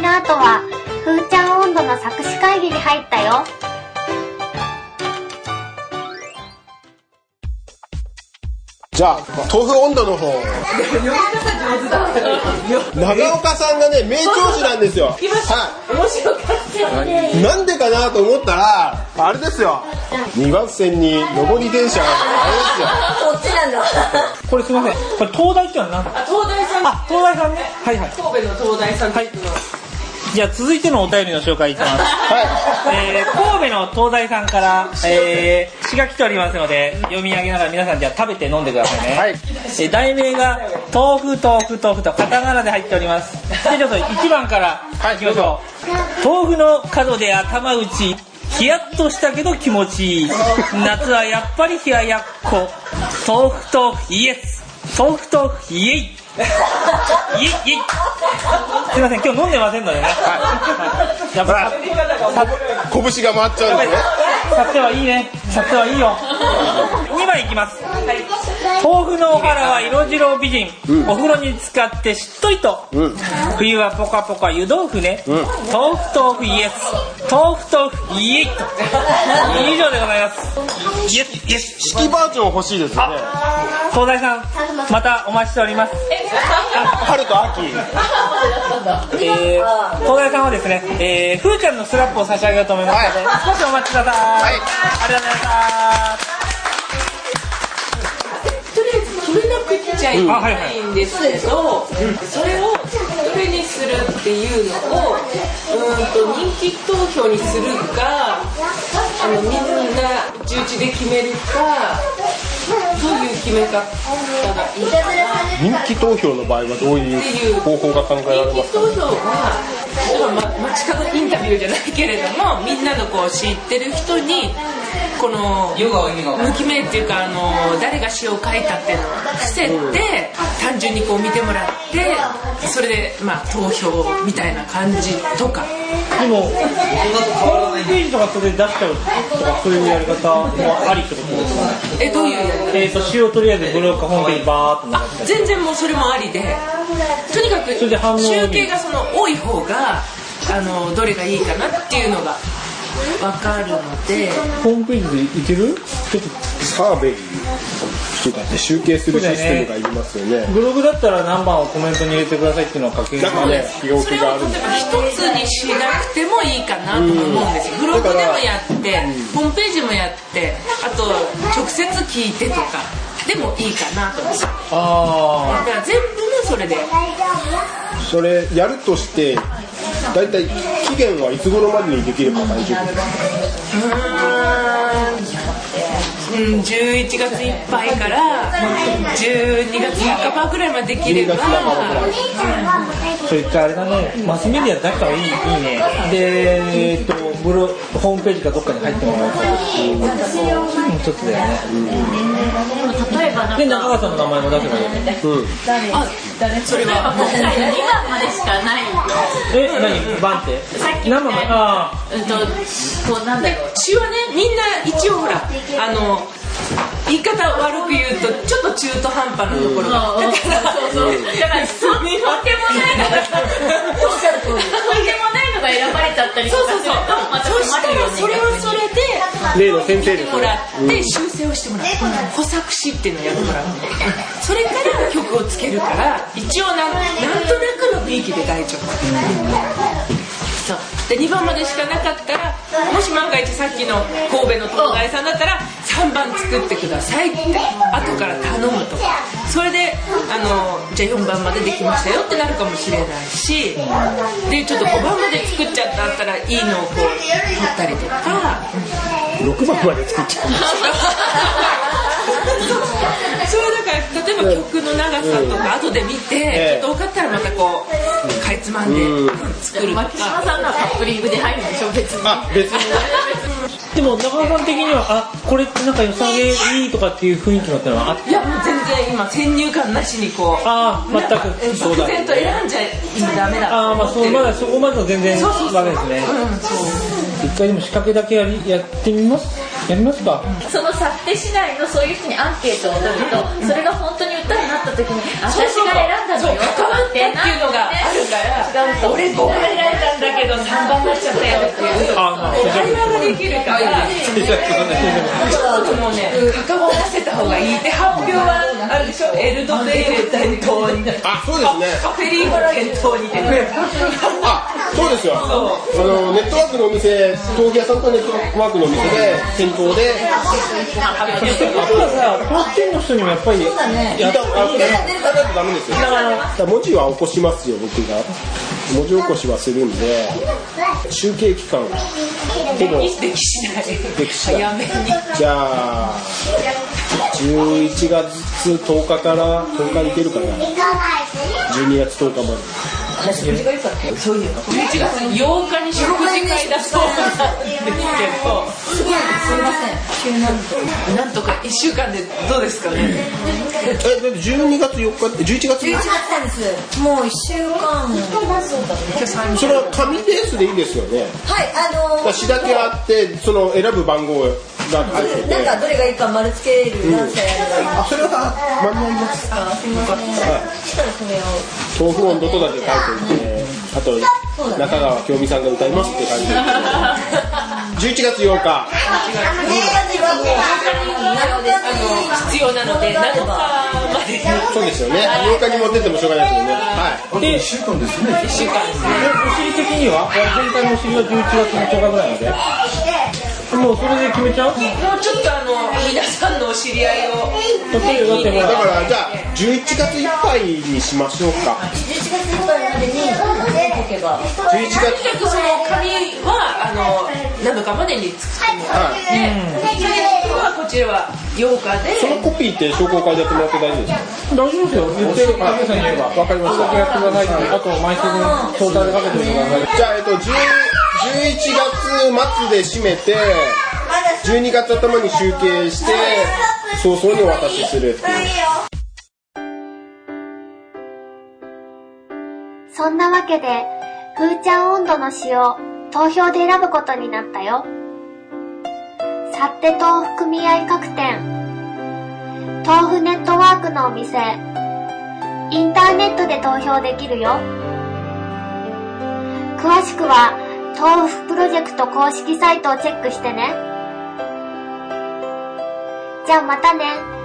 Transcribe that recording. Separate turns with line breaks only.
の後は、ふーちゃん温度の作詞会議に入ったよ。
じゃあ、豆腐温度の方。長岡さんがね、名調子なんですよ。
聞きました
は
面白かっ
い。なんでかなと思ったら、あれですよ。2番線に上り電車があ
こっちなんだ。
これすいません。これ東大ってのは何
たあ東大さん
あ、東大さんね。はいはい。
神戸の東大さん
はいじゃあ続いてのお便りの紹介いきます。えー、神戸の東大さんから、えー、詩が来ておりますので、読み上げながら皆さんじゃあ食べて飲んでくださいね。はい。えー、題名が、豆腐、豆腐、豆腐とカタカナで入っております。で、ちょっと1番からいきましょう。豆腐の角で頭打ち、ヒヤッとしたけど気持ち いい。夏はやっぱり冷ややっこ。豆腐、豆腐、イエス。豆腐、豆腐、イエイ。イエイ、イエイ。すいません、今日飲んでませんのでね。はい。やっぱ、
るんですよ。拳が回っちゃうんですね。
さてはいいね。さてはいいよ。2枚いきます。豆腐のお腹は色白美人、お風呂に浸かってしっとりと、
うん。
冬はポカポカ湯豆腐ね、
ん
豆腐豆腐イエス豆腐豆腐イエイ以上でございますイエスイエス
式バージョン欲しいですよね。
東大さんまたお待ちしております
春と秋。
えー、東大さんはですね、えー、ふーちゃんのスラップを差し上げようと思いますので、少しお待ちください。
はい
ありがとうございます。
とりあえず取れなくっちゃいけないんですけど、それをどれにするっていうのをうーんと人気投票にするかあのみんな重視で決めるかどういう決め方がいいか
人気投票の場合はどういう方法が考えられ
人
ま
気
す
投
か
票はそれはま街角インタビューじゃないけれどもみんなのこう知ってる人にこの無記名っていうかあの誰が詩を書いたっていうのを伏せて単純にこう見てもらってそれでまあ投票みたいな感じとか
でも、ホームページとかそれで出しちゃうとか、そういうやり方もありってことですかね。
えどういうやり方
えーと、詩をとりあえずブログかホームページにバーっと流して。
全然もうそれもありでとにかく
それで反応を見る
集計がその多い方があのどれがいいかなっていうのが分かるので。
ホームページでいけるちょっ
サーベイとかって集計するシステムがいりますよね
と、。ブログだったら何番をコメントに入れてくださいっていうのを書ける
なんかね、記憶
それを
があるん
例
で
えば一つにしなくてもいいかなと思うんですよブログでもやってホームページもやってあと直接聞いてとかでもいいかなと思うんですよ
あ
だから全部がそれで
それやるとして、だいたい期限はいつ頃までにできれば大丈夫ですか
うん11月いっぱいから12月半ばぐらいまでできれば
12月半ばぐらい
あそれ一回あれだねマスメディア出したらいいいいねでえっとブロホームページかどっかに入ってもらうとうんちょっとだよね
例えばなん
で
か、
中川さんの名前も出せばいいよね
あそれはもう
今回の2番までしかない。
え何番って
さっき
何
の
番
ね
あ
うんと、こうなんだろう。
詩はねみんな一応ほらあの言い方悪く言うとちょっと中途半端なところが、
うんうん
だから、だからそんなに
とんでもないのが、とんでもないのが選ばれちゃったりと
そう
か
そう
す
そう
ると、また
そした
困るよ
ら
ね。
それはそれで
例の先生
見
で
て
す
も
ね
らって修正をしてもらう補作詞っていうのをやってもらうそれから曲をつけるから一応なんなんとなくの雰囲気で大丈夫そうで2番までしかなかったらもし万が一さっきの神戸の東大さんだったら3番作ってくださいって後から頼むとかそれであのじゃあ4番までできましたよってなるかもしれないしでちょっと5番まで作っちゃったったらいいのをこう取ったりとか。
6番まで作っちゃう
それだから例えば曲の長さとか後で見て、
ええ
ちょっと分かったらまたこうかいつまんで作るとか、
牧島さんのはカップリングで入るんでしょ、別に。
あ別に
ーでも中川さん的にはあこれってなんか良さげいいとかっていう雰囲気のってのはあっ
いやもう全然今先入観なしにこう
あー全く
うん漠然と選んじゃ今ダメだ
ああまあそうまだそこまでは全然
そうそうそう
ダメですね
うんそう
一回でも仕掛けだけやりやってみますやりますか。
その幸手市内のそういう人にアンケートを取るとそれが本当に歌になった時に私
そう
が
そうそう
選んだのよ
そう関わったっていうのがあるから
違うと
俺5番選んだんだけど3番になっちゃったよっていう
あ、まあ、大丈
会話ができるからちょっともうね関わらせた方がいいって発表はあるでしょエルドレール店頭に
あそうですね
カフェリーゴ店頭にて
あそうですよあのネットワークのお店陶器屋さんとネットワークのお店で店頭で
夫。やっぱさ、この店の人にもやっぱり、
いやあのやらないとダメですよだから文字は起こしますよ僕が文字起こしはするんで集計期間ほぼ
できしない
でき次第
早めに
じゃあ11月10日から10日いけるかな12月10日まで
そういうの11月8日に食事会だそうなんですけどすごいすいません急なんなんとか1週間でどうですかね
えだって12月4日って11月
なんです。もう一週間。はい、
今日3
それは紙ベースでいいですよね
あのー。
私だけあってその選ぶ番号が入ってて
なんかどれがいいか丸つける何歳やるか。
あそれは間に合います
したらそれを。
豆腐温度とだけ書いておいてあと中川京美さんが歌いますって感じ11月8
7
日
日にはもう。なので、
あの必要なので7日まで
そうですよね8日に持ってってもしょうがないですよねはい
で、一週間ですね。一週間ですね。お尻的には、全体のお尻は11月の10日ぐらいまで。もうそれで決めちゃう。
もうちょっとあの皆さんのお知り合いを
だってだってほ
だ
ら
からじゃあ11月いっぱいにしましょうか
11月いっぱいまでに。解けば。
11月
とにかくその紙はあの7日までに作ってもらって
は
それはこちらは8日
そのコ
で
ピーって商工会でやってもらって大丈夫ですか
大丈夫ですよ。言って、かけさんに言えば、わかりました。やってくださいって。あと、毎週分、トータルでかけてください。
じゃあ、えっと、10 11月末で締めて、12月頭に集計して、早々にお渡しするっていう。
そんなわけで、ふーちゃん温度の詩を投票で選ぶことになったよ。さって豆腐組合各店、豆腐ネットワークのお店、インターネットで投票できるよ。詳しくは、豆腐プロジェクト公式サイトをチェックしてね。じゃあまたね。